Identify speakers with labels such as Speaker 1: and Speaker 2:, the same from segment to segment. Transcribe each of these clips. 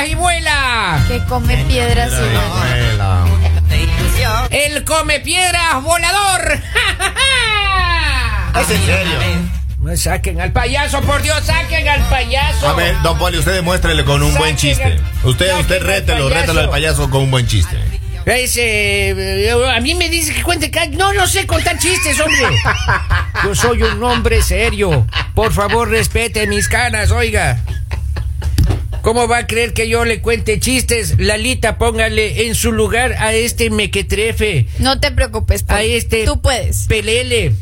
Speaker 1: abuela.
Speaker 2: Que come piedras.
Speaker 3: Mira,
Speaker 2: y-
Speaker 3: abuela.
Speaker 1: El come piedras volador.
Speaker 3: ¿Es en serio?
Speaker 1: No saquen al payaso, por Dios, saquen al payaso.
Speaker 3: A ver, don Poli, usted demuéstrele con un buen chiste. Usted, usted rételo, rételo al payaso con un buen chiste.
Speaker 1: Es, eh, eh, a mí me dice que cuente ca- No, no sé contar chistes, hombre. Yo soy un hombre serio. Por favor, respete mis canas, oiga. ¿Cómo va a creer que yo le cuente chistes? Lalita, póngale en su lugar a este mequetrefe,
Speaker 2: No te preocupes. Poli.
Speaker 1: a este...
Speaker 2: Tú puedes.
Speaker 1: Pelele.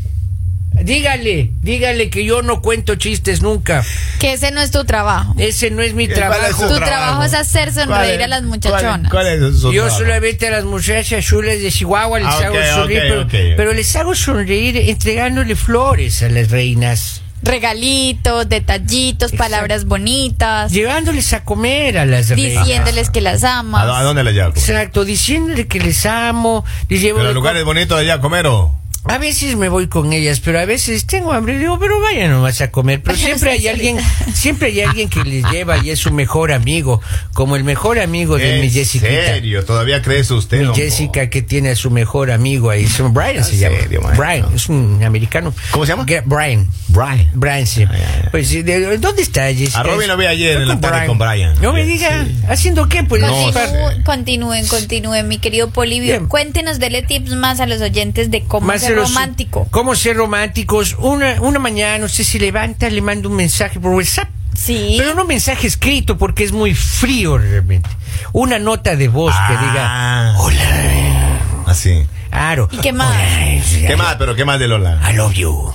Speaker 1: Dígale, dígale que yo no cuento chistes nunca.
Speaker 2: Que ese no es tu trabajo.
Speaker 1: Ese no es mi
Speaker 3: ¿Cuál es
Speaker 1: trabajo.
Speaker 3: su
Speaker 2: Tu trabajo es hacer sonreír
Speaker 3: ¿Cuál es-
Speaker 2: a las muchachonas.
Speaker 3: ¿Cuál es, cuál es su
Speaker 1: Yo
Speaker 3: trabajo?
Speaker 1: solamente a las muchachas chulas de Chihuahua les
Speaker 3: Ah,
Speaker 1: hago
Speaker 3: ok,
Speaker 1: sonreír,
Speaker 3: ok,
Speaker 1: pero,
Speaker 3: ok.
Speaker 1: pero les hago sonreír entregándole flores a las reinas,
Speaker 2: Regalitos, detallitos, palabras bonitas,
Speaker 1: llevándoles a comer a las reinas.
Speaker 2: diciéndoles que las
Speaker 3: ¿A,
Speaker 2: amas.
Speaker 3: a dónde le lleva a comer?
Speaker 1: Exacto, diciéndole que les amo, les llevo
Speaker 3: ¿Pero
Speaker 1: de
Speaker 3: lugares bonitos allá a comer o?
Speaker 1: com- A veces me voy con ellas, pero a veces tengo hambre, digo, pero vayan nomás a comer. Pero
Speaker 2: Vayan
Speaker 1: siempre hay
Speaker 2: ustedes
Speaker 1: alguien,
Speaker 2: solitas.
Speaker 1: siempre hay alguien que les lleva y es su mejor amigo, como el mejor amigo de mi
Speaker 3: ¿En
Speaker 1: Jessica.
Speaker 3: serio? ¿Todavía crees usted?
Speaker 1: Mi
Speaker 3: don
Speaker 1: Jessica que tiene a su mejor amigo ahí, se llama Brian se
Speaker 3: ¿En
Speaker 1: llama.
Speaker 3: serio, man?
Speaker 1: Brian, es un americano.
Speaker 3: ¿Cómo se llama?
Speaker 1: Gra- Brian.
Speaker 3: Brian.
Speaker 1: Brian, sí.
Speaker 3: Ah, ya, ya.
Speaker 1: Pues, sí, de- ¿dónde está Jessica?
Speaker 3: A Robin lo vi ayer
Speaker 1: Está
Speaker 3: en la tarde con Brian.
Speaker 1: No me
Speaker 3: Sí,
Speaker 1: diga,
Speaker 3: sí.
Speaker 1: ¿haciendo qué? Pues
Speaker 3: No
Speaker 1: sí,
Speaker 3: sé.
Speaker 1: par-
Speaker 2: Continúen, continúen, continúen, mi querido Polivio.
Speaker 1: Bien.
Speaker 2: Cuéntenos, dele tips más a los oyentes de cómo
Speaker 1: más
Speaker 2: ser
Speaker 1: eros-
Speaker 2: romántico.
Speaker 1: ¿Cómo ser románticos? Una, una mañana, usted se levanta, le manda un mensaje por WhatsApp.
Speaker 2: Sí.
Speaker 1: Pero no mensaje escrito porque es muy frío realmente. Una nota de voz que
Speaker 3: Ah.
Speaker 1: diga, hola,
Speaker 3: Poli? Así.
Speaker 1: Aro.
Speaker 2: ¿Y qué más?
Speaker 1: hola,
Speaker 3: ¿Qué más? ¿Pero qué más de Lola?
Speaker 1: I love you.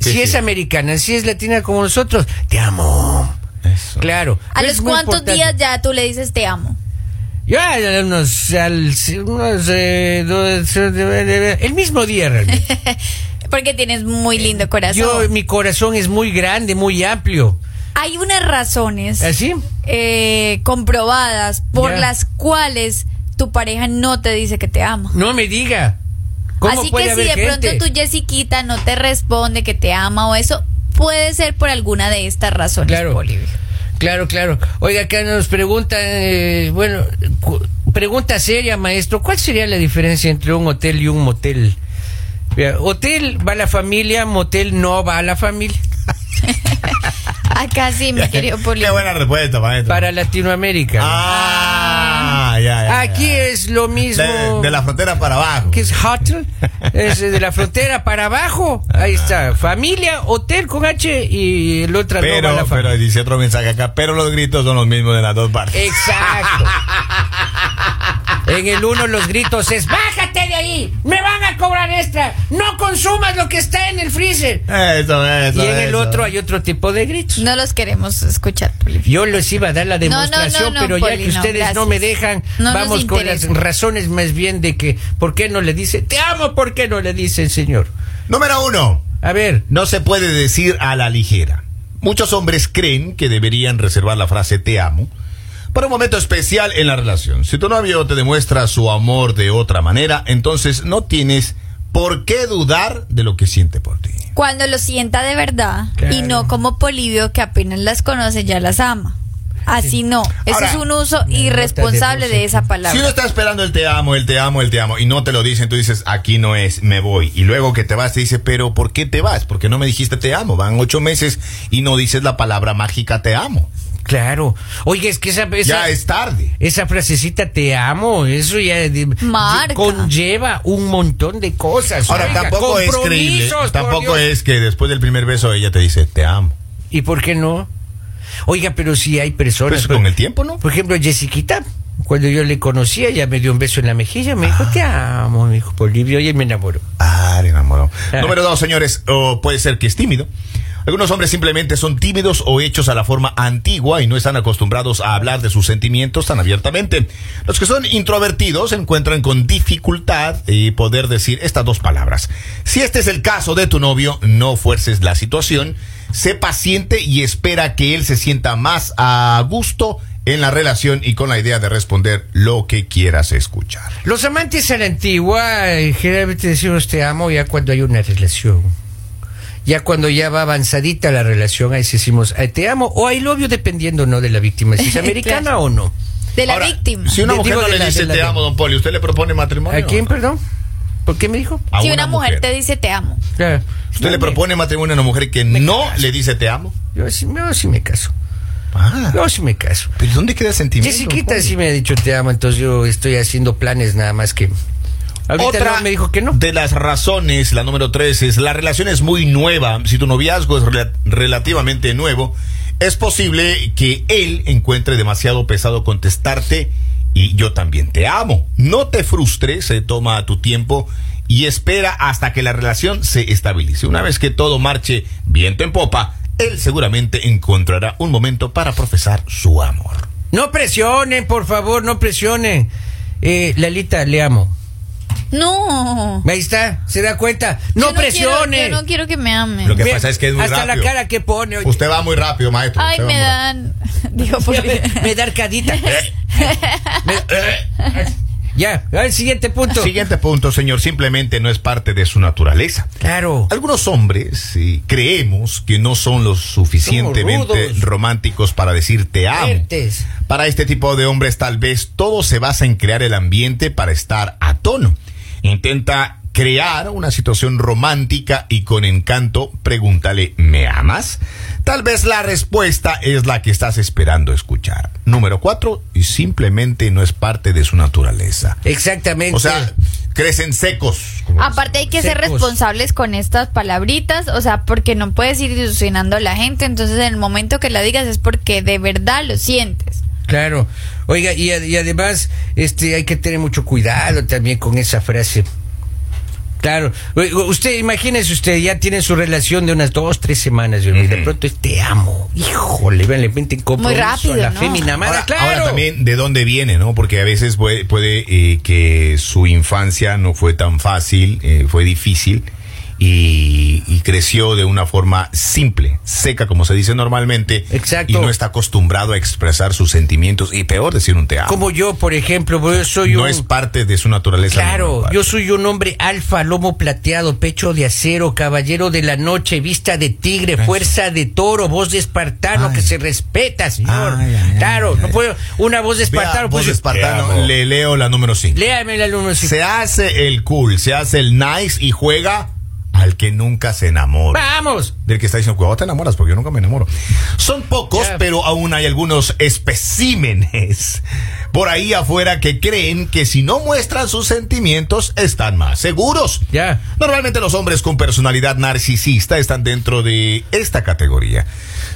Speaker 3: Sí,
Speaker 1: Si
Speaker 3: sí.
Speaker 1: es americana, si es latina como nosotros, te amo.
Speaker 3: Eso.
Speaker 1: Claro.
Speaker 2: ¿A
Speaker 1: Es
Speaker 2: los
Speaker 1: muy
Speaker 2: cuántos
Speaker 1: importante.
Speaker 2: días ya tú le dices te amo?
Speaker 1: Ya, ya, unos, al- unos, eh, dos, eh, el mismo día realmente.
Speaker 2: Porque tienes muy lindo corazón.
Speaker 1: Eh, Yo, mi corazón es muy grande, muy amplio.
Speaker 2: Hay unas razones
Speaker 1: ¿Así?
Speaker 2: eh, comprobadas por
Speaker 1: Ya.
Speaker 2: las cuales tu pareja no te dice que te ama.
Speaker 1: No me diga. ¿Cómo
Speaker 2: Así
Speaker 1: puede
Speaker 2: que si
Speaker 1: haber
Speaker 2: de
Speaker 1: gente?
Speaker 2: pronto tu Jessiquita no te responde que te ama o eso, puede ser por alguna de estas razones,
Speaker 1: Claro.
Speaker 2: Polivio.
Speaker 1: Claro, claro. Oiga, acá nos preguntan, eh, bueno, cu- pregunta seria, maestro, ¿cuál sería la diferencia entre un hotel y un motel? Vea, hotel va la familia, motel no va la familia.
Speaker 2: Acá sí, mi querido
Speaker 3: Qué
Speaker 2: Polivio.
Speaker 3: buena respuesta, maestro.
Speaker 1: Para Latinoamérica.
Speaker 3: Ah, ya, ya, ya.
Speaker 1: Aquí es lo mismo.
Speaker 3: De, de la frontera para abajo.
Speaker 1: que es hotel, es eh, de la frontera para abajo. Ahí está, familia, hotel con H y el otro no va
Speaker 3: Pero,
Speaker 1: la
Speaker 3: pero
Speaker 1: familia.
Speaker 3: dice otro mensaje acá, pero los gritos son los mismos de las dos partes.
Speaker 1: Eh, Exacto. En el uno los gritos es bájate de ahí, me van a cobrar extra, no consumas lo que está en el freezer.
Speaker 3: Eso, eso.
Speaker 1: Y en el
Speaker 3: eso.
Speaker 1: otro hay otro tipo de gritos.
Speaker 2: No los queremos escuchar, Polivio.
Speaker 1: Yo les iba a dar la
Speaker 2: No, no, no,
Speaker 1: demostración,
Speaker 2: no,
Speaker 1: pero ya
Speaker 2: Poli,
Speaker 1: que
Speaker 2: no,
Speaker 1: ustedes no,
Speaker 2: gracias.
Speaker 1: me dejan,
Speaker 2: No nos
Speaker 1: vamos con las
Speaker 2: interesa.
Speaker 1: razones más bien de que, ¿por qué no le dice, te amo, por qué no le dice el señor?
Speaker 3: Número uno.
Speaker 1: A ver,
Speaker 3: No se puede decir a la ligera. Muchos hombres creen que deberían reservar la frase te amo para un momento especial en la relación. Si tu novio te demuestra su amor de otra manera, entonces no tienes por qué dudar de lo que siente por ti.
Speaker 2: Cuando lo sienta de verdad
Speaker 1: Claro.
Speaker 2: y no como Polivio que apenas las conoce ya las ama. Así no. Eso
Speaker 3: Ahora,
Speaker 2: es un uso
Speaker 1: nota de
Speaker 2: irresponsable
Speaker 1: voz
Speaker 2: de esa
Speaker 1: aquí.
Speaker 3: Si uno
Speaker 2: palabra.
Speaker 3: está esperando el te amo, el te amo, el te amo y no te lo dicen, tú dices, aquí no es, me voy. Y luego que te vas, te dice, pero ¿por qué te vas? Porque no me dijiste te amo. Van ocho meses y no dices la palabra mágica te amo.
Speaker 1: Claro. Oye, es que esa, esa,
Speaker 3: Ya es tarde.
Speaker 1: esa frasecita te amo, eso ya de-
Speaker 2: Marca.
Speaker 1: conlleva un montón de cosas.
Speaker 3: Ahora
Speaker 1: oiga,
Speaker 3: tampoco es creíble,
Speaker 1: compromisos, por
Speaker 3: tampoco
Speaker 1: Dios.
Speaker 3: es que después del primer beso ella te dice te amo.
Speaker 1: ¿Y por qué no? Oiga, pero si hay
Speaker 3: Pero
Speaker 1: personas.
Speaker 3: eso
Speaker 1: por-
Speaker 3: Pues con el tiempo, ¿no?
Speaker 1: Por ejemplo, Jessiquita, cuando yo le conocía, ya me dio un beso en la mejilla, me dijo, te amo, me dijo Polivio, y él me enamoró.
Speaker 3: Ah, le enamoró.
Speaker 1: Ah.
Speaker 3: Número dos, señores, o puede ser que es tímido. Algunos hombres simplemente son tímidos o hechos a la forma antigua y no están acostumbrados a hablar de sus sentimientos tan abiertamente. Los que son introvertidos encuentran con dificultad y poder decir estas dos palabras. Si este es el caso de tu novio, no fuerces la situación, sé paciente y espera que él se sienta más a gusto en la relación y con la idea de responder lo que quieras escuchar.
Speaker 1: Los amantes a la antigua eh, generalmente decimos te amo ya cuando hay una relación. Ya cuando ya va avanzadita la relación, ahí sí decimos "Ay, te amo o I love you", dependiendo no de la víctima, si es americana
Speaker 2: Claro.
Speaker 1: o no.
Speaker 2: De la
Speaker 3: Ahora,
Speaker 2: víctima.
Speaker 3: Si una
Speaker 1: De-
Speaker 3: mujer
Speaker 1: digo,
Speaker 3: no
Speaker 1: de
Speaker 3: le
Speaker 1: la-
Speaker 3: dice
Speaker 1: de la-
Speaker 3: te amo, don Poli, ¿usted le propone matrimonio?
Speaker 1: ¿A quién, perdón? ¿Por qué me dijo?
Speaker 3: A
Speaker 2: si una mujer, te dice te amo.
Speaker 1: Claro.
Speaker 3: Ah, ¿Usted le
Speaker 1: No,
Speaker 3: propone matrimonio a una mujer que no le dice te amo?
Speaker 1: Yo sí, yo sí me caso.
Speaker 3: Ah,
Speaker 1: Yo sí me caso.
Speaker 3: ¿pero dónde queda el sentimiento?
Speaker 1: Jessiquita
Speaker 3: Poli?
Speaker 1: sí me ha dicho te amo, entonces yo estoy haciendo planes nada más que. Ahorita
Speaker 3: Otra
Speaker 1: no me dijo que no.
Speaker 3: de las razones, la número tres, es la relación es muy nueva. Si tu noviazgo es rela- relativamente nuevo, es posible que él encuentre demasiado pesado contestarte y yo también te amo. No te frustres, se toma tu tiempo y espera hasta que la relación se estabilice. Una vez que todo marche viento en popa, él seguramente encontrará un momento para profesar su amor.
Speaker 1: No presionen, por favor, no presionen. Eh, Lalita, le amo.
Speaker 2: No.
Speaker 1: Ahí está, se da cuenta. No
Speaker 2: Yo
Speaker 1: presionen.
Speaker 2: Quiero, yo no quiero que me
Speaker 3: Lo
Speaker 2: amen.
Speaker 3: que pasa es que es muy
Speaker 1: Hasta
Speaker 3: rápido.
Speaker 1: la cara que pone. oye.
Speaker 3: Usted va muy rápido, maestro.
Speaker 2: Ay,
Speaker 3: Usted va
Speaker 2: me
Speaker 3: muy rápido.
Speaker 2: dan. Digo,
Speaker 1: Ya
Speaker 2: porque.
Speaker 1: me, me da arcadita. Me- ya, al siguiente punto.
Speaker 3: Siguiente punto, señor, simplemente no es parte de su naturaleza.
Speaker 1: Claro.
Speaker 3: Algunos hombres eh, creemos que no son lo suficientemente
Speaker 1: rudos.
Speaker 3: románticos para decir te amo.
Speaker 1: Fuertes.
Speaker 3: Para este tipo de hombres tal vez todo se basa en crear el ambiente para estar a tono. Intenta crear una situación romántica y con encanto pregúntale ¿me amas? Tal vez la respuesta es la que estás esperando escuchar. Número cuatro, y simplemente no es parte de su naturaleza.
Speaker 1: Exactamente.
Speaker 3: O sea, crecen secos. como
Speaker 1: Ah,
Speaker 2: Aparte hay que ser
Speaker 1: Secos.
Speaker 2: responsables con estas palabritas, o sea, porque no puedes ir ilusionando a la gente, entonces en el momento que la digas es porque de verdad lo sientes.
Speaker 1: Claro. Oiga, y, ad- y además, este, hay que tener mucho cuidado también con esa frase. Claro. Oiga, Usted, imagínese usted, ya tiene su relación de unas dos, tres semanas, y de pronto es te amo. Híjole, vean, le meten compromiso
Speaker 2: rápido,
Speaker 1: a la
Speaker 2: ¿no?
Speaker 1: fémina amada.
Speaker 3: Ahora,
Speaker 1: claro.
Speaker 3: ahora también de dónde viene, ¿no? Porque a veces puede, puede, eh, que su infancia no fue tan fácil, eh, fue difícil y, y creció de una forma simple, seca, como se dice normalmente.
Speaker 1: Exacto.
Speaker 3: Y no está acostumbrado a expresar sus sentimientos y peor decir un te amo.
Speaker 1: Como yo, por ejemplo, yo soy
Speaker 3: no
Speaker 1: un...
Speaker 3: es parte de su naturaleza. no,
Speaker 1: Claro,
Speaker 3: no,
Speaker 1: yo soy un hombre alfa, lomo plateado, pecho de acero, caballero de la noche, vista de tigre, fuerza de toro, voz de espartano
Speaker 3: Ay.
Speaker 1: que se respeta, señor.
Speaker 3: Ay, ay, ay,
Speaker 1: claro,
Speaker 3: ay,
Speaker 1: no
Speaker 3: ay.
Speaker 1: puedo una voz de
Speaker 3: Vea,
Speaker 1: espartano.
Speaker 3: voz
Speaker 1: pues,
Speaker 3: de espartano,
Speaker 1: te amo.
Speaker 3: le leo la número 5.
Speaker 1: Léame la número cinco.
Speaker 3: Se hace el cool, se hace el nice y juega al que nunca se enamora.
Speaker 1: Vamos.
Speaker 3: del que está diciendo, cuidado, te enamoras, porque yo nunca me enamoro. Son pocos,
Speaker 1: Ya.
Speaker 3: pero aún hay algunos especímenes por ahí afuera que creen que si no muestran sus sentimientos están más seguros.
Speaker 1: Ya.
Speaker 3: Normalmente los hombres con personalidad narcisista están dentro de esta categoría.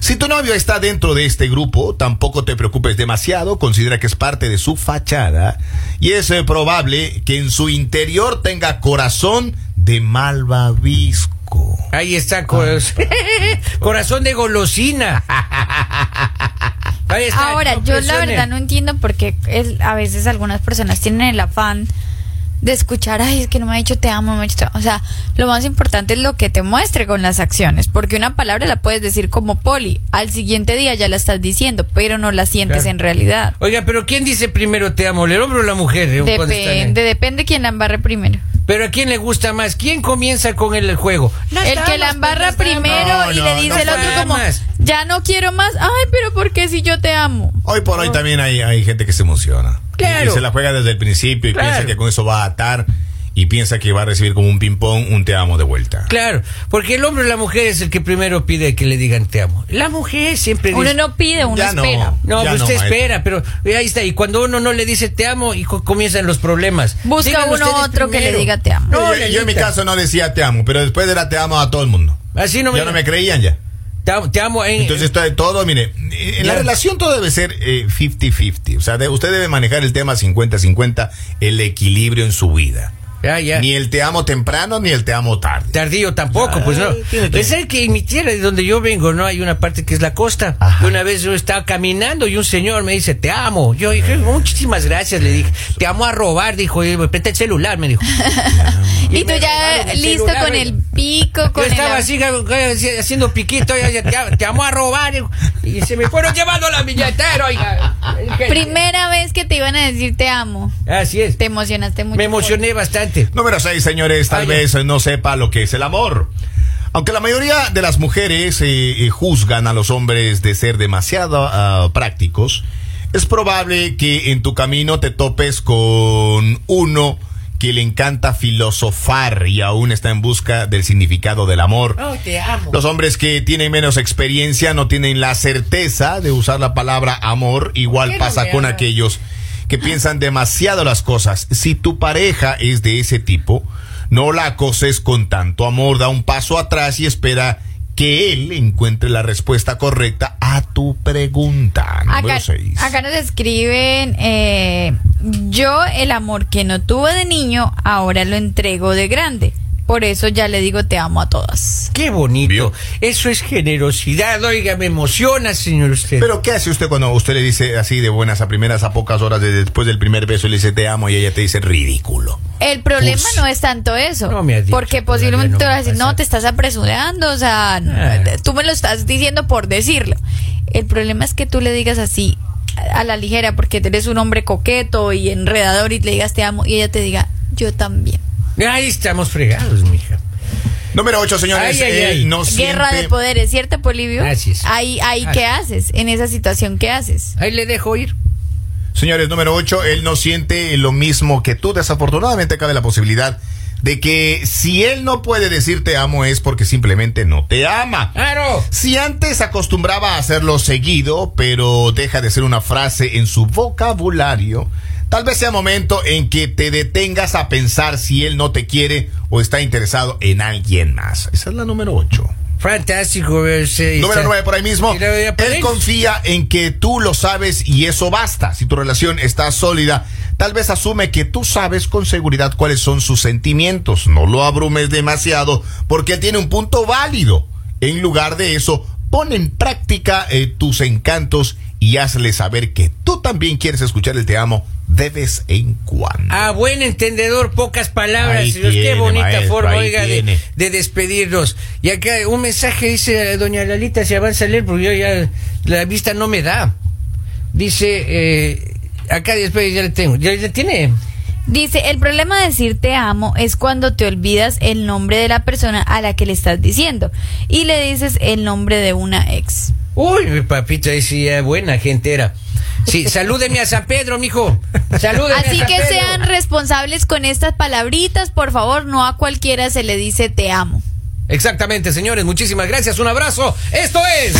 Speaker 3: Si tu novio está dentro de este grupo, tampoco te preocupes demasiado, considera que es parte de su fachada y es eh, probable que en su interior tenga corazón de malvavisco.
Speaker 1: Ahí está cor- corazón de golosina. Ahí está,
Speaker 2: Ahora,
Speaker 1: no
Speaker 2: yo la
Speaker 1: presione.
Speaker 2: verdad no entiendo por qué el- a veces algunas personas tienen el afán de escuchar, ay, es que no me ha dicho te amo, no me ha dicho te amo". O sea, lo más importante es lo que te muestre con las acciones, porque una palabra la puedes decir como poli, al siguiente día ya la estás diciendo, pero no la sientes
Speaker 1: Claro.
Speaker 2: en realidad.
Speaker 1: Oiga, pero ¿quién dice primero te amo, el hombre o la mujer? eh, cuando están ahí?
Speaker 2: Depende, depende quién la embarre primero.
Speaker 1: Pero ¿a quién le gusta más? ¿Quién comienza con el juego?
Speaker 2: el que la embarra primero
Speaker 3: No,
Speaker 2: y
Speaker 3: no,
Speaker 2: le dice
Speaker 3: no
Speaker 2: el otro
Speaker 1: fue
Speaker 2: como,
Speaker 1: más.
Speaker 2: ya no quiero más, ay, pero ¿por qué si yo te amo?
Speaker 3: Hoy por hoy también hay, hay gente que se emociona. Y-
Speaker 1: Claro.
Speaker 3: Y, se la juega desde el principio y
Speaker 1: Claro.
Speaker 3: piensa que con eso va a atar y piensa que va a recibir como un ping-pong un te amo de vuelta.
Speaker 1: Claro, porque el hombre o la mujer es el que primero pide que le digan te amo. La mujer siempre
Speaker 2: Uno
Speaker 1: dice.
Speaker 2: no pide, uno
Speaker 3: Ya no.
Speaker 2: espera.
Speaker 1: No,
Speaker 3: Ya
Speaker 1: pues
Speaker 3: no,
Speaker 1: usted
Speaker 3: maestro.
Speaker 1: espera, pero eh, ahí está. Y cuando uno no le dice te amo, y co- comienzan los problemas.
Speaker 2: Busca
Speaker 1: Digan
Speaker 2: uno
Speaker 1: ustedes
Speaker 2: otro que le diga te amo.
Speaker 1: No,
Speaker 3: yo, yo en mi
Speaker 1: Lalita,
Speaker 3: caso no decía te amo, pero después era te amo a todo el mundo.
Speaker 1: Así no me.
Speaker 3: ya no me creían ya.
Speaker 1: Te amo. te amo, eh,
Speaker 3: Entonces todo, todo, mire, en la
Speaker 1: Ya.
Speaker 3: relación todo debe ser eh, 50-50. o sea, de- usted debe manejar el tema 50-50, el equilibrio en su vida.
Speaker 1: ya, ya.
Speaker 3: Ni el te amo temprano ni el te amo tarde.
Speaker 1: Tardío tampoco, pues no.
Speaker 3: tiene que-
Speaker 1: Es el que en mi tierra, de donde yo vengo, ¿no? Hay una parte que es la costa.
Speaker 3: Ajá.
Speaker 1: Una vez yo estaba caminando y un señor me dice, te amo. Yo dije, muchísimas gracias, le dije. Te amo a robar, dijo. Y me presta el celular, me dijo.
Speaker 2: Y
Speaker 1: Y
Speaker 2: tú
Speaker 1: me
Speaker 2: ya
Speaker 1: robaron el
Speaker 2: listo
Speaker 1: celular,
Speaker 2: con
Speaker 1: oye.
Speaker 2: el pico,
Speaker 1: Yo
Speaker 2: con el...
Speaker 1: estaba así, eh, haciendo piquito, ya, ya, te, te amo a robar. Y se me fueron llevando la billetera, oiga.
Speaker 2: Primera vez que te iban a decir te amo.
Speaker 1: Así es.
Speaker 2: Te emocionaste mucho.
Speaker 1: Me emocioné bastante.
Speaker 3: Número 6, señores, tal
Speaker 1: Ay,
Speaker 3: vez eh, no sepa lo que es el amor. Aunque la mayoría de las mujeres eh, eh, juzgan a los hombres de ser demasiado ah, prácticos, Es probable que en tu camino te topes con uno que le encanta filosofar y aún está en busca del significado del amor.
Speaker 1: Ay, te amo.
Speaker 3: Los hombres que tienen menos experiencia no tienen la certeza de usar la palabra amor. Igual
Speaker 1: Quiero
Speaker 3: pasa
Speaker 1: ver.
Speaker 3: con aquellos que piensan demasiado las cosas. Si tu pareja es de ese tipo, no la acoses con tanto amor. Da un paso atrás y espera que él encuentre la respuesta correcta a tu pregunta. Número
Speaker 2: Acá,
Speaker 3: seis.
Speaker 2: acá nos escriben, eh, yo el amor que no tuve de niño, ahora lo entrego de grande. Por eso ya le digo te amo a todas.
Speaker 1: Qué bonito.
Speaker 3: Vio.
Speaker 1: Eso es generosidad. Oiga, me emociona, señor usted.
Speaker 3: Pero ¿qué hace usted cuando usted le dice así de buenas a primeras a pocas horas de- después del primer beso y le dice te amo y ella te dice ridículo?
Speaker 2: El problema
Speaker 3: Pues,
Speaker 2: no es tanto eso.
Speaker 1: no me has dicho,
Speaker 2: porque
Speaker 1: todavía
Speaker 2: posiblemente
Speaker 1: no
Speaker 2: te
Speaker 1: va
Speaker 2: vas
Speaker 1: a
Speaker 2: a decir,
Speaker 1: pasar".
Speaker 2: no, te estás apresurando, o sea, no,
Speaker 1: Ah.
Speaker 2: te- tú me lo estás diciendo por decirlo. El problema es que tú le digas así a a la ligera, porque eres un hombre coqueto y enredador y le digas te amo y ella te diga yo también.
Speaker 1: Ahí estamos fregados, mija.
Speaker 3: Número 8,
Speaker 1: Ay,
Speaker 3: señores.
Speaker 1: ay,
Speaker 3: él
Speaker 1: ay.
Speaker 3: no
Speaker 2: Guerra
Speaker 3: siente-
Speaker 2: de poderes, ¿cierto, Polivio?
Speaker 1: Así es.
Speaker 2: Ahí, ahí
Speaker 1: Así
Speaker 2: ¿qué haces? En esa situación, ¿qué haces?
Speaker 1: Ahí le dejo ir.
Speaker 3: Señores, número 8, él no siente lo mismo que tú. Desafortunadamente cabe la posibilidad de que si él no puede decir te amo es porque simplemente no te ama.
Speaker 1: ¡Claro!
Speaker 3: Si antes acostumbraba a hacerlo seguido, pero deja de ser una frase en su vocabulario, tal vez sea momento en que te detengas a pensar si él no te quiere o está interesado en alguien más. Esa es la número 8.
Speaker 1: Fantástico. eh, verse.
Speaker 3: Número 9 por ahí mismo.
Speaker 1: Y la voy a poner.
Speaker 3: Él confía en que tú lo sabes y eso basta. Si tu relación está sólida, tal vez asume que tú sabes con seguridad cuáles son sus sentimientos. No lo abrumes demasiado porque él tiene un punto válido. En lugar de eso, pon en práctica eh, tus encantos y hazle saber que tú también quieres escuchar el te amo de vez en cuando.
Speaker 1: A Ah, buen entendedor, pocas palabras.
Speaker 3: Ahí
Speaker 1: señores.
Speaker 3: tiene,
Speaker 1: Qué bonita
Speaker 3: maestro,
Speaker 1: forma,
Speaker 3: ahí
Speaker 1: oiga, de,
Speaker 3: tiene.
Speaker 1: de despedirnos. Y acá un mensaje dice eh, Doña Lalita, se avanza a leer porque yo ya la vista no me da. Dice, eh, acá después ya le tengo. ¿Ya, ya tiene?
Speaker 2: Dice, el problema de decir te amo es cuando te olvidas el nombre de la persona a la que le estás diciendo y le dices el nombre de una ex.
Speaker 1: Uy, mi papito, ahí sí, ya buena gente era. Sí, salúdeme a San Pedro, mijo. Salúdeme a
Speaker 2: Así
Speaker 1: San
Speaker 2: que
Speaker 1: Pedro.
Speaker 2: sean responsables con estas palabritas, por favor, no a cualquiera se le dice te amo.
Speaker 1: Exactamente, señores. Muchísimas gracias. Un abrazo. Esto es.